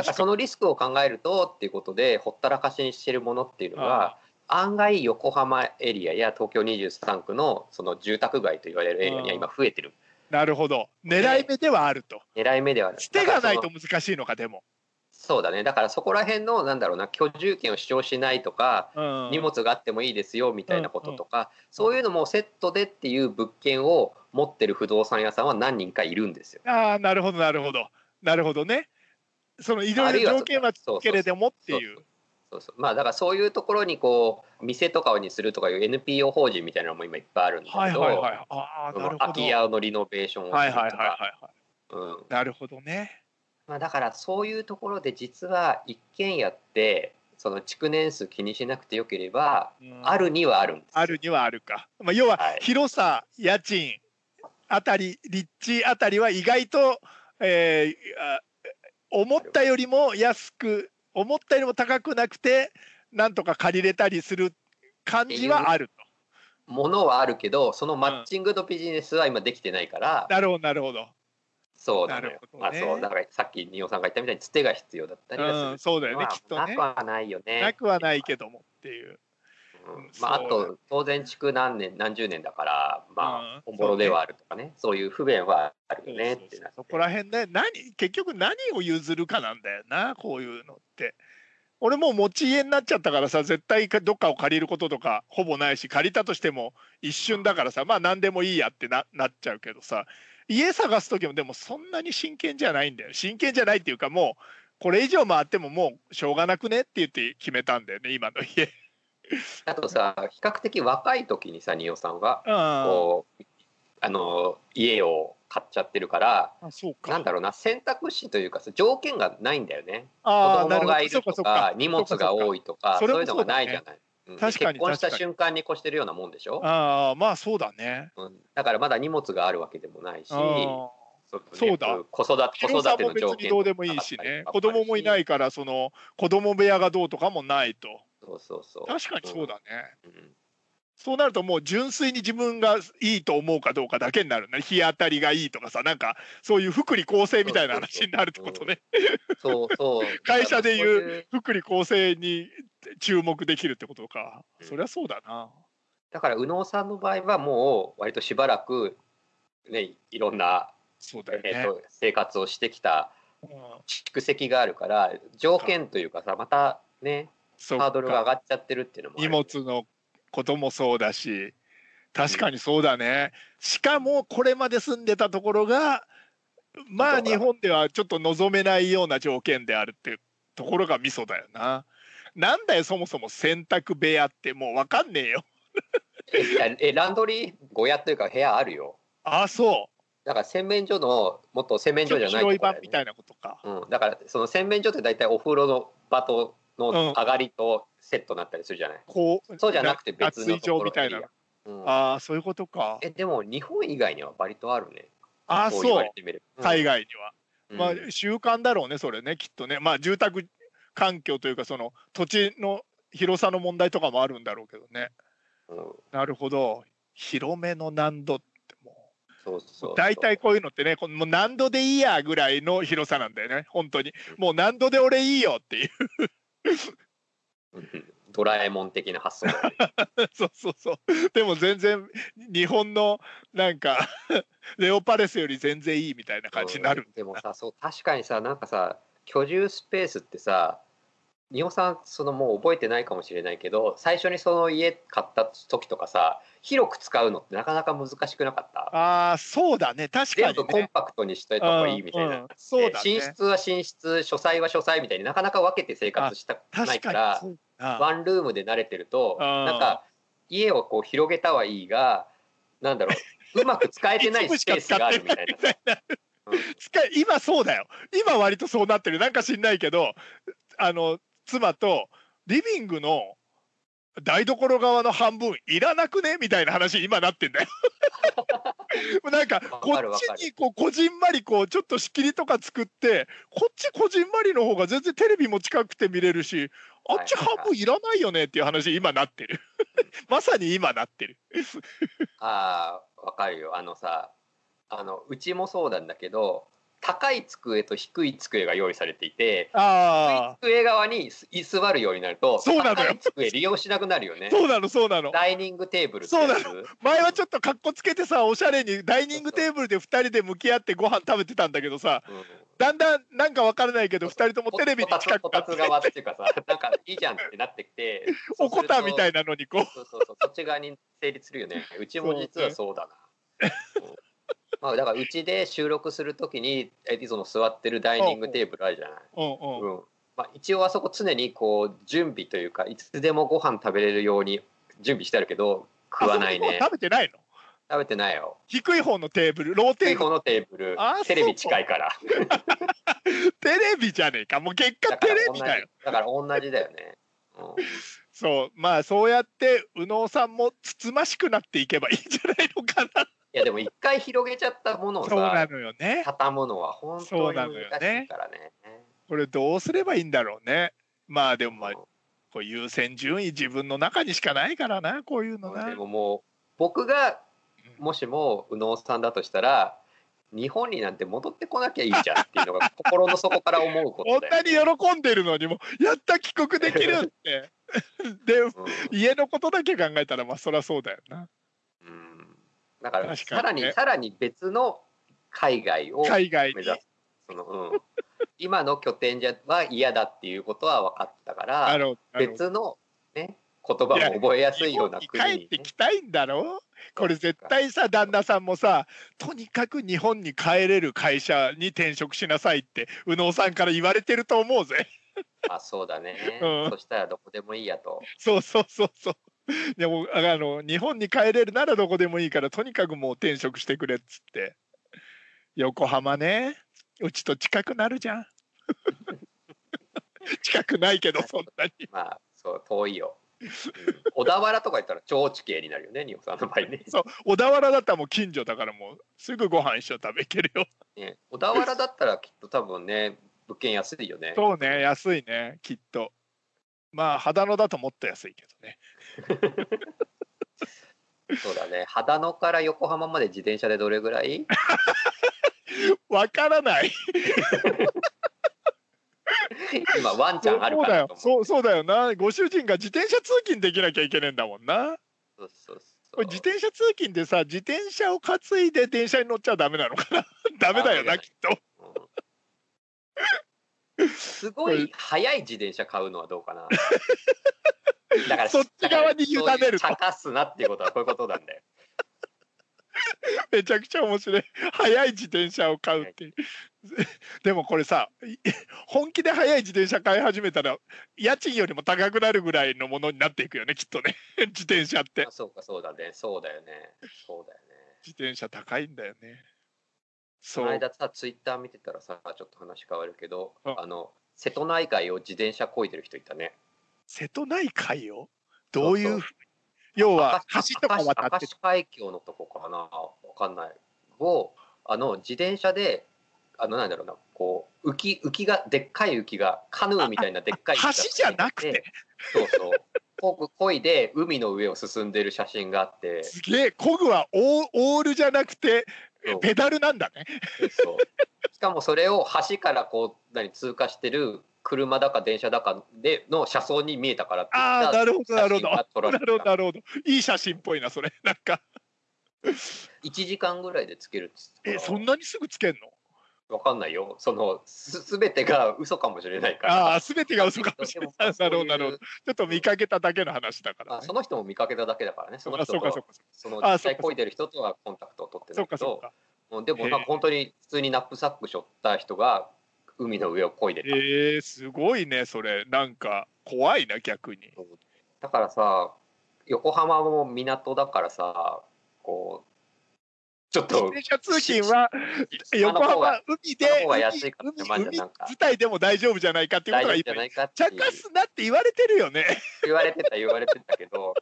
Speaker 2: 確
Speaker 1: からそのリスクを考えるとっていうことでほったらかしにしてるものっていうのは案外横浜エリアや東京23区のその住宅街と言われるエリアには今増えてる
Speaker 2: なるほど狙い目ではあると
Speaker 1: 狙い目ではある
Speaker 2: 捨てがな
Speaker 1: だ
Speaker 2: い
Speaker 1: からそ
Speaker 2: と
Speaker 1: の
Speaker 2: 難しいのかでも、
Speaker 1: そうだねだからそこら辺のなんだろうな居住権を主張しないとか
Speaker 2: うん、
Speaker 1: 荷物があってもいいですよみたいなこととかそういうのもセットでっていう物件を持ってる不動産屋さんは何人かいるんですよ。
Speaker 2: ああなるほどなるほどなるほどねそのいろ
Speaker 1: ある
Speaker 2: い
Speaker 1: い
Speaker 2: ろ
Speaker 1: は
Speaker 2: 条件は
Speaker 1: そうそう
Speaker 2: けれどもってい
Speaker 1: そう
Speaker 2: う
Speaker 1: そうそうまあだからそういうところにこう店とかにするとかいう NPO 法人みたいなのも今いっぱいあるんだ
Speaker 2: はい
Speaker 1: けど、
Speaker 2: はいはいああ
Speaker 1: そ
Speaker 2: な
Speaker 1: の
Speaker 2: るほど
Speaker 1: 空き家のリノベーションをす
Speaker 2: はい
Speaker 1: ると
Speaker 2: はいはいはい
Speaker 1: か
Speaker 2: はい
Speaker 1: うん
Speaker 2: なるほどね
Speaker 1: まあだからそういうところで実は一軒家ってその築年数気にしなくてよければあるにはあるんですよ
Speaker 2: あるにはあるか、まあ、要は
Speaker 1: はい
Speaker 2: 広さ家賃あたり立地あたりは意外と、えーあ思ったよりも安く思ったよりも高くなくてなんとか借りれたりする感じはあると。
Speaker 1: ものはあるけどそのマッチングのビジネスは今できてないから、
Speaker 2: なるほどなるほど。
Speaker 1: そうなの
Speaker 2: な
Speaker 1: よ
Speaker 2: るほ
Speaker 1: まあ
Speaker 2: どね
Speaker 1: そうだからさっき仁王さんが言ったみたいにつてが必要だったりはする、
Speaker 2: うん、そうだよね
Speaker 1: まあ
Speaker 2: きっとね。
Speaker 1: なくはないよね
Speaker 2: なくはないけどもっていう。
Speaker 1: うんまあ、あ
Speaker 2: そうだ
Speaker 1: と当然築何年何十年だからまあ
Speaker 2: うん
Speaker 1: おぼろではあるとかねそういう不便はあるよねっ
Speaker 2: そう
Speaker 1: て
Speaker 2: そう
Speaker 1: な
Speaker 2: そう
Speaker 1: って
Speaker 2: そこら辺ね何結局何を譲るかなんだよなこういうのって俺もう持ち家になっちゃったからさ絶対かどっかを借りることとかほぼないし借りたとしても一瞬だからさまあ何でもいいやってななっちゃうけどさ家探す時もでもそんなに真剣じゃないんだよ真剣じゃないっていうかもうこれ以上回ってももうしょうがなくねって言って決めたんだよね今の家。
Speaker 1: あとさ比較的若い時にさ仁王さんは
Speaker 2: うん、あ
Speaker 1: こうあの家を買っちゃってるから
Speaker 2: そうか
Speaker 1: なんだろうな選択肢というかさ条件がないんだよね子
Speaker 2: あー
Speaker 1: 供
Speaker 2: なるほど
Speaker 1: がい
Speaker 2: そ
Speaker 1: る
Speaker 2: うか
Speaker 1: と
Speaker 2: そうか
Speaker 1: か荷物が多いとかそ
Speaker 2: そ
Speaker 1: う
Speaker 2: れも
Speaker 1: いうのがないじゃない、うん
Speaker 2: 確か
Speaker 1: 結
Speaker 2: に
Speaker 1: 婚した
Speaker 2: 確かに
Speaker 1: 瞬間に越してるようなもんでしょ、
Speaker 2: ああまあそうだね。
Speaker 1: うん、だからまだ荷物があるわけでもないし
Speaker 2: ああ
Speaker 1: そうね
Speaker 2: そうだ
Speaker 1: 子育て子
Speaker 2: 広さ
Speaker 1: 育て
Speaker 2: も
Speaker 1: の
Speaker 2: 別
Speaker 1: 条
Speaker 2: に
Speaker 1: 件
Speaker 2: どうでもいいしね
Speaker 1: とか
Speaker 2: 子供もいないいからその子供部屋がどうとかもないと
Speaker 1: そうそうそう
Speaker 2: 確かにそうだね、
Speaker 1: うん
Speaker 2: そうなるともう純粋に自分がいいと思うかどうかだけになるんだね日当たりがいいとかさなんかそういう福利厚生みたいな話になるってことね
Speaker 1: そうそう。
Speaker 2: 会社で言う
Speaker 1: そういう。
Speaker 2: 福利厚生に注目できるってことか
Speaker 1: うん
Speaker 2: そりゃそうだな
Speaker 1: だから右脳さんの場合はもう割としばらくねいろんな、
Speaker 2: そうだよ
Speaker 1: えっ
Speaker 2: ね
Speaker 1: と生活をしてきた
Speaker 2: うん
Speaker 1: 蓄積があるから条件というかさまたね
Speaker 2: そっ
Speaker 1: ハードルが上
Speaker 2: か
Speaker 1: がっちゃってるっていうのもあ
Speaker 2: 荷
Speaker 1: る
Speaker 2: 物のこともそうだし確かにそうだねしかもこれまで住んでたところがま
Speaker 1: そ
Speaker 2: あ
Speaker 1: うだ
Speaker 2: 日本ではちょっと望めないような条件であるっていうところがミソだよななんだよそもそも洗濯部屋ってもう分かんねえよ
Speaker 1: えいやえランドリー小屋というか部屋あるよ
Speaker 2: ああそ
Speaker 1: だから洗面所のもっと洗
Speaker 2: う
Speaker 1: 面
Speaker 2: ちょ
Speaker 1: 所
Speaker 2: っ
Speaker 1: じ
Speaker 2: と
Speaker 1: ゃないと
Speaker 2: 広い
Speaker 1: こだよ
Speaker 2: 版
Speaker 1: ね
Speaker 2: みたいなことか
Speaker 1: うん、だからその洗面所って大体お風呂の場との
Speaker 2: うん
Speaker 1: 上がりとセットになったりするじゃない、
Speaker 2: こう
Speaker 1: そうじゃなくて別の
Speaker 2: 脱衣
Speaker 1: と
Speaker 2: 場
Speaker 1: ころ
Speaker 2: みたいな
Speaker 1: うん
Speaker 2: ああそういうことか
Speaker 1: えでも日本以外には割とあるね
Speaker 2: ああ
Speaker 1: そう言
Speaker 2: そ
Speaker 1: わ
Speaker 2: う
Speaker 1: れてみれば
Speaker 2: 海外には
Speaker 1: うん
Speaker 2: まあ
Speaker 1: うん
Speaker 2: 習慣だろうねそれねきっとねまあ住宅環境というかその土地の広さの問題とかもあるんだろうけどね
Speaker 1: うん
Speaker 2: なるほど広めの難度っても
Speaker 1: そうそう
Speaker 2: う大体こういうのってねこのもう難度でいいやぐらいの広さなんだよね本当にもう難度で俺いいよっていう
Speaker 1: うんドラえもん的な発想だね
Speaker 2: そうそうそうでも全然日本のなんか レオパレスより全然いいみたいな感じになる、
Speaker 1: うんでもさそう確かにさなんかさ居住スペースってさ二尾さんそのもう覚えてないかもしれないけど最初にその家買った時とかさ広く使うのってなかなか難しくなかった
Speaker 2: ああそうだね確
Speaker 1: 全
Speaker 2: かにね
Speaker 1: 部コンパクトにしといた方がいいみたいな、
Speaker 2: うんうんそうだね
Speaker 1: 寝室は寝室書斎は書斎みたいになかなか分けて生活したくない
Speaker 2: 確
Speaker 1: か
Speaker 2: からにそうだ
Speaker 1: ワンルームで慣れてると
Speaker 2: うん
Speaker 1: なんか家をこう広げたはいいがなんだろううまく使えてないスペースがあるみたい な。うん
Speaker 2: 使い今そうだよ今割とそうなってるなんか知んないけどあの妻とリビングの台所側の半分いらなくねみたいな話に今なってん だよ。なんかこ
Speaker 1: わかるわか
Speaker 2: っ
Speaker 1: る
Speaker 2: ちにこうこじんまりこうちょっと仕切りとか作ってこっちこじんまりの方が全然テレビも近くて見れるしあっち
Speaker 1: はいはいはい
Speaker 2: 半分いらないよねっていう話に今なってる まさに今なってる
Speaker 1: あーわかるよあのさあのうちもそうなんだけど高い机と低い机が用意されていて
Speaker 2: あ
Speaker 1: 低い机側にす居座るようになると
Speaker 2: そうなのよ
Speaker 1: 高い机利用しなくなるよね
Speaker 2: あ。そうなのそうなの
Speaker 1: ダイニングテーブルって
Speaker 2: そうな
Speaker 1: や
Speaker 2: の
Speaker 1: つ
Speaker 2: 前はちょっとかっこつけてさおしゃれにダイニングテーブルで2人で向き合ってご飯食べてたんだけどさ
Speaker 1: うん
Speaker 2: だんだんなんかわからないけど2人とも
Speaker 1: こ
Speaker 2: テレビに近く
Speaker 1: こ
Speaker 2: な
Speaker 1: た
Speaker 2: っ
Speaker 1: つこたつ
Speaker 2: て
Speaker 1: 側っていうかさなんかいいじゃんってなってき て
Speaker 2: おこたみた
Speaker 1: い
Speaker 2: いなのにこう
Speaker 1: そうそうそうそっち側に成立するよねうちも実はそうだなうんまあだからうちで収録するときにエディゾンの座ってるダイニングテーブルあるじゃない、
Speaker 2: うんうん
Speaker 1: うんまあ、一応あそこ常にこう準備というかいつでもご飯食べれるように準備してあるけど食わない
Speaker 2: あそこもう
Speaker 1: ね
Speaker 2: 食べてないの
Speaker 1: 食べてないよ
Speaker 2: 低い方のテーブルローテ
Speaker 1: で
Speaker 2: ーブ
Speaker 1: このテーブル
Speaker 2: あそう
Speaker 1: テレビ近いから
Speaker 2: ルテレビじゃねえかもう結果
Speaker 1: だから
Speaker 2: テレ
Speaker 1: 同
Speaker 2: ビ
Speaker 1: じ
Speaker 2: だよ
Speaker 1: だから同じだよね、うん
Speaker 2: そうまあそうやって右脳さんもつつましくなっていけばいいんじゃないのかない
Speaker 1: やでも一回広げちゃったものを
Speaker 2: そうな
Speaker 1: さ
Speaker 2: のよね
Speaker 1: 畳むのは本当
Speaker 2: そう
Speaker 1: に
Speaker 2: な
Speaker 1: 難
Speaker 2: のよね
Speaker 1: しいからね。
Speaker 2: これどうすればいいんだろうねまあでもまあ
Speaker 1: うん
Speaker 2: こう優先順位自分の中にしかないからなこういうのな
Speaker 1: でももう僕がもしも右脳さんだとしたら日本になんて戻ってこなきゃいいじゃんっていうのが心の底から思うこ
Speaker 2: ことん
Speaker 1: だ
Speaker 2: な
Speaker 1: よ
Speaker 2: に
Speaker 1: ね、
Speaker 2: 喜んでるのにもやった帰国できるって で家のことだけ考えたらまあそりゃそうだよな
Speaker 1: うんうんだから
Speaker 2: 確かに
Speaker 1: さらに
Speaker 2: ね
Speaker 1: さらに別の海外を
Speaker 2: 海外
Speaker 1: 目
Speaker 2: に
Speaker 1: 指すその、うん、今の拠点じゃは嫌だっていうことは分かったか
Speaker 2: な
Speaker 1: ら
Speaker 2: るほどなるほど
Speaker 1: 別の、ね、言葉も覚えやすい
Speaker 2: 日
Speaker 1: よう
Speaker 2: 本
Speaker 1: な
Speaker 2: に
Speaker 1: 国にね、
Speaker 2: 帰ってきたいんだろこれ絶対さ旦那さんもさとにかく日本に帰れる会社に転職しなさいって右脳さんから言われてると思うぜ
Speaker 1: あそうだね、
Speaker 2: うん
Speaker 1: そしたらどこでもいいやと
Speaker 2: そうそうそうそうでもあの日本に帰れるならどこでもいいからとにかくもう転職してくれっつって横浜ねうちと近くなるじゃん 近くないけどそんなに
Speaker 1: まあそう遠いよ、うん小田原とか言ったら超地形になるよね日本さんの場合ね
Speaker 2: そう小田原だったらもう近所だからもうすぐご飯一緒に食べ行けるよ
Speaker 1: ね小田原だったらきっと多分ね物件安いよね
Speaker 2: そうね安いねきっとまあ秦野だともっと安いけどね
Speaker 1: そうだね秦野から横浜まで自転車でどれぐらい
Speaker 2: わからない
Speaker 1: 今ワンちゃんある
Speaker 2: そう
Speaker 1: か
Speaker 2: だ
Speaker 1: ら
Speaker 2: よ
Speaker 1: と思う
Speaker 2: そうそうだよなご主人が自転車通勤できなきゃいけねえんだもんな
Speaker 1: そうそうそう
Speaker 2: これ自転車通勤でさ自転車を担いで電車に乗っちゃダメなのかな ダメだよ
Speaker 1: ダメだ
Speaker 2: な
Speaker 1: ね
Speaker 2: きっと
Speaker 1: うんすごい速い自転車買うのはどうか な。だから
Speaker 2: そっち側に委ねると
Speaker 1: だからそういう茶化すなっていうことはこういうこと なんだよ。
Speaker 2: めちゃくちゃ面白い 速い自転車を買うっていうでもこれさい 本気で速い自転車買い始めたら家賃よりも高くなるぐらいのものになっていくよねきっとね 自転車って
Speaker 1: あそうかそうだね。そうだよね。そうだよね。
Speaker 2: 自転車高いんだよね
Speaker 1: こ
Speaker 2: そ
Speaker 1: の
Speaker 2: う
Speaker 1: 間さツイッター見てたらさちょっと話変わるけど、
Speaker 2: うん
Speaker 1: あの瀬戸内海を自転車漕いでる人いたね。
Speaker 2: 瀬戸内海をどういう
Speaker 1: そうそう
Speaker 2: 要
Speaker 1: 明
Speaker 2: は
Speaker 1: 石
Speaker 2: 橋とか渡
Speaker 1: 明
Speaker 2: って
Speaker 1: 石海峡のとこかなわかんないをあの自転車であのなんだろうなこう浮き浮きがでっかい浮きがカヌーみたいなでっかい浮きが
Speaker 2: 橋じゃなくて
Speaker 1: そうそうこうこいで海の上を進んでる写真があって
Speaker 2: すげえコグはオーオールじゃなくて
Speaker 1: そう
Speaker 2: ペダルなんだね
Speaker 1: そうしかもそれを橋からこう何通過してる車だか電車だかでの車窓に見えたからって言った
Speaker 2: ああなるほどなるほど
Speaker 1: 写真が撮ら
Speaker 2: な
Speaker 1: れて
Speaker 2: るほど
Speaker 1: た
Speaker 2: なるほどいい写真っぽいなそれ なんか
Speaker 1: 1時間ぐらいでつけるっつってた
Speaker 2: え
Speaker 1: から
Speaker 2: そんなにすぐつけんの
Speaker 1: わかんないよ。そのすすべてが嘘かもしれないから。
Speaker 2: ああ、すべてが嘘かもしれない。 なるほど、なるほど。
Speaker 1: ど
Speaker 2: ち。ょっと見かけただけの話だから、
Speaker 1: あ
Speaker 2: ね。
Speaker 1: その人も見かけただけだからね。その
Speaker 2: あ
Speaker 1: 人
Speaker 2: そ
Speaker 1: と
Speaker 2: うか、
Speaker 1: は
Speaker 2: そうか、
Speaker 1: その実
Speaker 2: あそう
Speaker 1: 際
Speaker 2: か
Speaker 1: こいでる人とはコンタクトを取って
Speaker 2: そ
Speaker 1: な
Speaker 2: う
Speaker 1: い
Speaker 2: か、
Speaker 1: け
Speaker 2: そう
Speaker 1: ど、
Speaker 2: か。
Speaker 1: うんでもなんか
Speaker 2: へえ
Speaker 1: 本当に普通にナップサック背負った人が海の上をこいでた。
Speaker 2: えー、すごいね、それ。なんか、怖いな、逆に。
Speaker 1: だからさ、横浜も港だからさ、こうちょっ
Speaker 2: 自
Speaker 1: と
Speaker 2: 転車通勤は、横
Speaker 1: 島の方
Speaker 2: 浜
Speaker 1: が、
Speaker 2: 海で
Speaker 1: 島の、方が
Speaker 2: 海
Speaker 1: 安いからねマジ
Speaker 2: 海
Speaker 1: で
Speaker 2: 海
Speaker 1: なんか
Speaker 2: 自体でも大丈夫じゃないかっていうこ
Speaker 1: 大
Speaker 2: と
Speaker 1: 丈夫
Speaker 2: がいっ
Speaker 1: じ
Speaker 2: ぱ。
Speaker 1: ゃないいかって
Speaker 2: 茶
Speaker 1: いう
Speaker 2: 化すなって言われてるよね。
Speaker 1: 言われてた言われてたけど。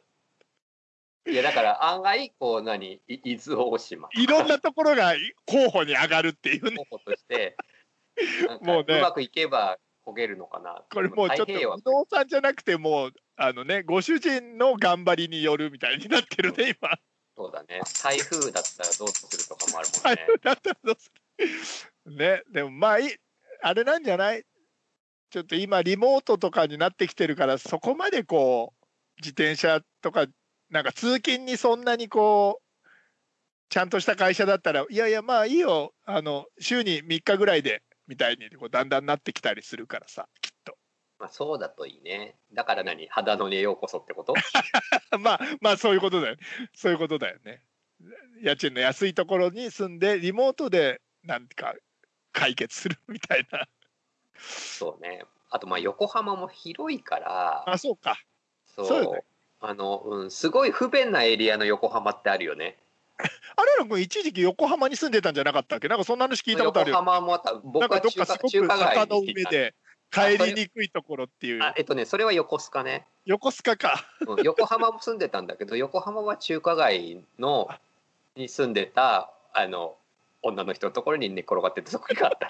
Speaker 1: いやだから案外こう何い伊豆大島
Speaker 2: いろんなところが候補に上がるっていうね。
Speaker 1: 候補として、なんか
Speaker 2: もうね
Speaker 1: まくいけば焦げるのかな。
Speaker 2: これもうちょっと、
Speaker 1: 太平洋は
Speaker 2: 不動産じゃなくて、もう、あのね、ご主人の頑張りによるみたいになってるね、今。
Speaker 1: そうだね。台風だったらどうするとかもあるもん
Speaker 2: 台
Speaker 1: ね。
Speaker 2: 風だったらどうするねでもまあいいあれなんじゃないちょっと今リモートとかになってきてるからそこまでこう自転車とかなんか通勤にそんなにこうちゃんとした会社だったらいやいやまあいいよあの週に3日ぐらいでみたいにこうだんだんなってきたりするからさきっ
Speaker 1: まあそうだといいね。だから何肌のにようこそってこと
Speaker 2: と まあまあそういうことだよねそういうことだよね家賃の安いところに住んでリモートでなんか解決するみたい な
Speaker 1: そうね。あとまあ横浜も広いから、
Speaker 2: あそうか
Speaker 1: そう
Speaker 2: そうよね
Speaker 1: あの、うん、すごい不便なエリアの横浜ってあるよね。
Speaker 2: あれら君一時期横浜に住んでたんじゃなかったっけなんかそんな話聞いたことある
Speaker 1: 横
Speaker 2: よ。
Speaker 1: 浜もあった
Speaker 2: なん
Speaker 1: 僕
Speaker 2: か
Speaker 1: は
Speaker 2: どっ
Speaker 1: 中
Speaker 2: かす
Speaker 1: 華
Speaker 2: ご
Speaker 1: 中
Speaker 2: く
Speaker 1: 華
Speaker 2: 坂
Speaker 1: 街
Speaker 2: の
Speaker 1: に行
Speaker 2: 上
Speaker 1: って
Speaker 2: で帰りにくいところっていう
Speaker 1: たあえっとねそれは横須賀ね。
Speaker 2: 横須賀か。
Speaker 1: うん横浜も住んでたんだけど横浜は中華街のに住んでたあの女の人のところに寝転がってたとこがあった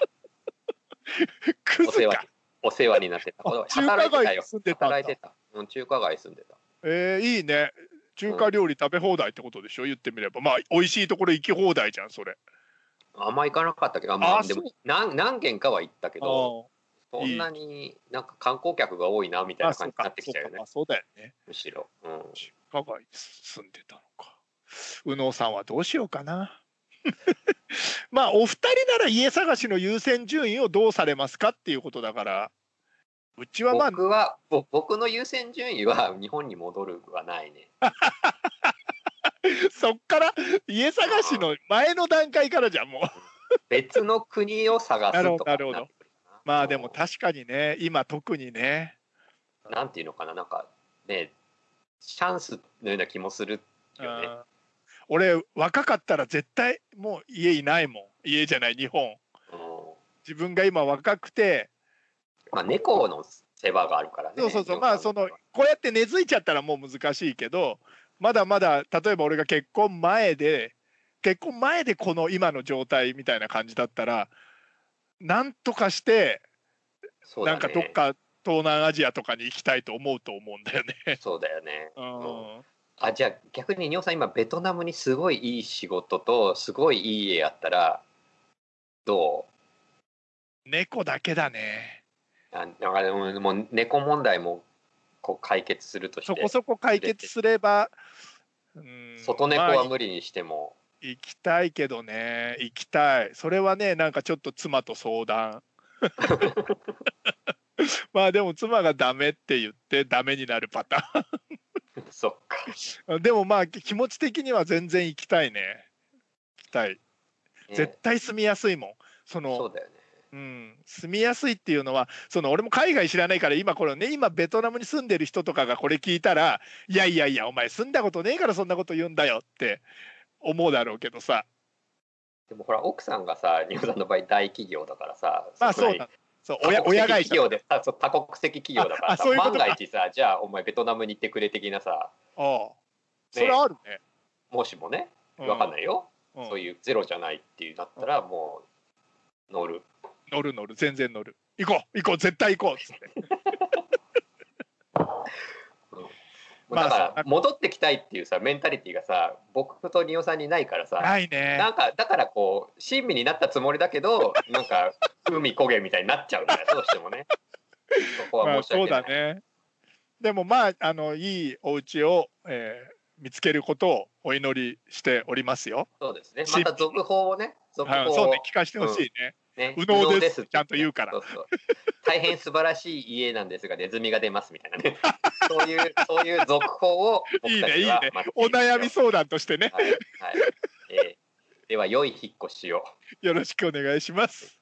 Speaker 2: ク
Speaker 1: お
Speaker 2: ズ
Speaker 1: 世話
Speaker 2: か。
Speaker 1: お世話になってた
Speaker 2: あ中華
Speaker 1: 働いてた
Speaker 2: 街に
Speaker 1: よ
Speaker 2: 住んでたんだ
Speaker 1: 働い。てた、うん、中華街住んでた
Speaker 2: えー、いいね。中華料理食べ放題ってことでしょ言ってみれば。まあ美味しいところ行き放題じゃんそれ。
Speaker 1: あんま行かなかったけどあま
Speaker 2: あ
Speaker 1: あでも
Speaker 2: そう
Speaker 1: 何何軒かは行ったけ
Speaker 2: あ
Speaker 1: ど
Speaker 2: ー
Speaker 1: そんなになんか観光客が多いなみたい
Speaker 2: あ
Speaker 1: な感
Speaker 2: そ
Speaker 1: じ
Speaker 2: う
Speaker 1: にな
Speaker 2: か
Speaker 1: ってき
Speaker 2: そう
Speaker 1: たよ
Speaker 2: か
Speaker 1: ね
Speaker 2: まあそうだよね。
Speaker 1: むしろ、うん、
Speaker 2: 中華街に住んでたのか。宇野さんはどうしようかな。 まあお二人なら家探しの優先順位をどうされますかっていうことだから。うちはまあ
Speaker 1: 僕はぼ僕の優先順位は日本に戻るはないね
Speaker 2: そっから家探しの前の段階からじゃんもう
Speaker 1: 別の国を探すとか
Speaker 2: な
Speaker 1: に
Speaker 2: るほどなるほど
Speaker 1: なってくるかな
Speaker 2: まあでも
Speaker 1: うん
Speaker 2: 確かにね今特にね
Speaker 1: なんていうのかな、なんかね、チャンスのような気もするよね。
Speaker 2: うん俺若かったら絶対もう家いないもん家じゃない日本
Speaker 1: うん
Speaker 2: 自分が今若くて
Speaker 1: まあ、猫の世話があるからね。
Speaker 2: そうそうそうまあそのこうやって根付いちゃったらもう難しいけどまだまだ例えば俺が結婚前で結婚前でこの今の状態みたいな感じだったらなんとかして
Speaker 1: そうだ
Speaker 2: な
Speaker 1: ね
Speaker 2: んかどっ。か東南アジアとかに行きたいと思うと思うんだよね。
Speaker 1: そうだよね。
Speaker 2: うん
Speaker 1: あじゃあ逆に尿さん今ベトナムにすごいいい仕事とすごいいい家やったらど
Speaker 2: 猫だけだね
Speaker 1: うあなんかでももう猫問題もこう解決するとして
Speaker 2: そこそこ解決すれば、うん
Speaker 1: 外猫
Speaker 2: ま
Speaker 1: は
Speaker 2: あ
Speaker 1: 無理にしても、
Speaker 2: 行きたいけどね行きたいそれはねなんかちょっと妻と相談 まあでも妻がダメって言ってダメになるパタ
Speaker 1: そっか
Speaker 2: ーン でもまあ気持ち的には全然行きたいね行きたい
Speaker 1: ね
Speaker 2: 絶対住みやすいもんその
Speaker 1: そうだよね
Speaker 2: うん、住みやすいっていうのはその俺も海外知らないから今これね今ベトナムに住んでる人とかがこれ聞いたら「いやいやいやお前住んだことねえからそんなこと言うんだよ」って思うだろうけどさ
Speaker 1: でもほら奥さんがさ 日本さんの場合大企業だからさ
Speaker 2: まあそう
Speaker 1: の
Speaker 2: なそう親親
Speaker 1: 多国
Speaker 2: 会
Speaker 1: 籍
Speaker 2: 社
Speaker 1: 企業であそう多国籍企業だか
Speaker 2: ああ
Speaker 1: らさ
Speaker 2: そういうこと
Speaker 1: 万
Speaker 2: か
Speaker 1: が一さじゃあお前ベトナムに行ってくれ的なさ
Speaker 2: ああそれあるね
Speaker 1: もしもね
Speaker 2: うん
Speaker 1: 分かんないよ、
Speaker 2: うん
Speaker 1: そういうゼロじゃないっていうなったらもう乗る
Speaker 2: 乗る乗る全然乗る行こう行こう絶対行こうっつってま
Speaker 1: だか
Speaker 2: あそう
Speaker 1: ら戻ってきたいっていうさメンタリティがさ僕と仁オさんにないからさ
Speaker 2: ないね
Speaker 1: なんかだからこう親身になったつもりだけどなんか海焦げみたいになっちゃうんだよどうしても ね。そこ
Speaker 2: ま
Speaker 1: は
Speaker 2: あ
Speaker 1: 申し訳
Speaker 2: そう
Speaker 1: ない。
Speaker 2: だねでもまああのいいお家を、えー見つけることをお祈りしておりますよ。
Speaker 1: そうですね。
Speaker 2: シン
Speaker 1: また続報をね、続
Speaker 2: は
Speaker 1: 報
Speaker 2: い
Speaker 1: を
Speaker 2: そうね聞かせてほしいね。
Speaker 1: ね
Speaker 2: 右脳です
Speaker 1: 右
Speaker 2: ちゃんと言うから
Speaker 1: そうそう大変素晴らしい家なんですが、ネズミが出ますみたいなね。 そういう、そういう続報を
Speaker 2: い
Speaker 1: 僕
Speaker 2: い
Speaker 1: た
Speaker 2: ね、い
Speaker 1: ち
Speaker 2: い
Speaker 1: は
Speaker 2: ね
Speaker 1: 待っ。て
Speaker 2: お
Speaker 1: いるよ
Speaker 2: 悩み相談としてね、
Speaker 1: はい。はい。えーでは、良い引っ越しを。
Speaker 2: よろしくお願いします。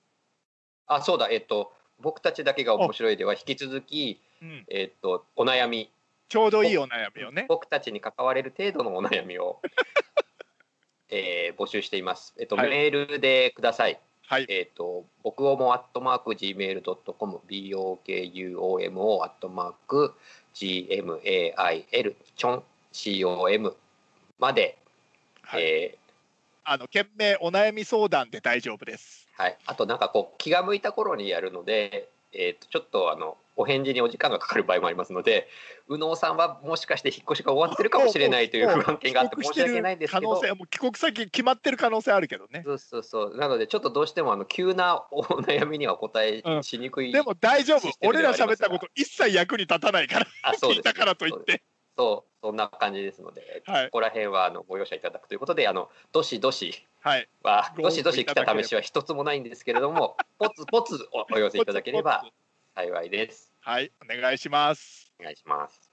Speaker 1: あ、そうだ、えっ、と、僕たちだけが面白いでは、引き続き、
Speaker 2: うん、
Speaker 1: えっ、と、お悩み、
Speaker 2: ちょうどいいお悩みをね。
Speaker 1: 僕たちに関われる程度のお悩み を、えー募集しています。えっ、と、
Speaker 2: はい
Speaker 1: メールでください。
Speaker 2: はい、
Speaker 1: えっ、と、僕をもアットマーク gmail.com、bokuomo アットマーク gmail チョン com まで、
Speaker 2: はい
Speaker 1: え
Speaker 2: あの件名お悩み相談で大丈夫です。
Speaker 1: ーはい、あとなんかこう気が向いた頃にやるので、えー、とちょっとあのお返事にお時間がかかる場合もありますので右脳さんはもしかして引っ越しが終わってるかもしれないという不安見があって申し訳ないんですけ
Speaker 2: 帰国
Speaker 1: ど
Speaker 2: してる可能性もう帰国先決まってる可能性あるけどね。
Speaker 1: そうそうそうなのでちょっとどうしてもあの急なお悩みにはお答えしにくい、
Speaker 2: でも大丈夫
Speaker 1: シス。テム
Speaker 2: 俺
Speaker 1: では
Speaker 2: ら
Speaker 1: あります
Speaker 2: 喋
Speaker 1: が
Speaker 2: ったこと一切役に立たないから、
Speaker 1: あそう
Speaker 2: 聞
Speaker 1: ですね
Speaker 2: いたからといって。
Speaker 1: そう、そんな感じですので、
Speaker 2: はい
Speaker 1: ここら辺はあのご容赦いただくということで、あのどしどし
Speaker 2: はい。
Speaker 1: は、
Speaker 2: ご応募
Speaker 1: どしどし来た試しは一つもないんですけれども、ポツポツおお寄せいただければ幸いです。
Speaker 2: はい、お願いします。
Speaker 1: お願いします。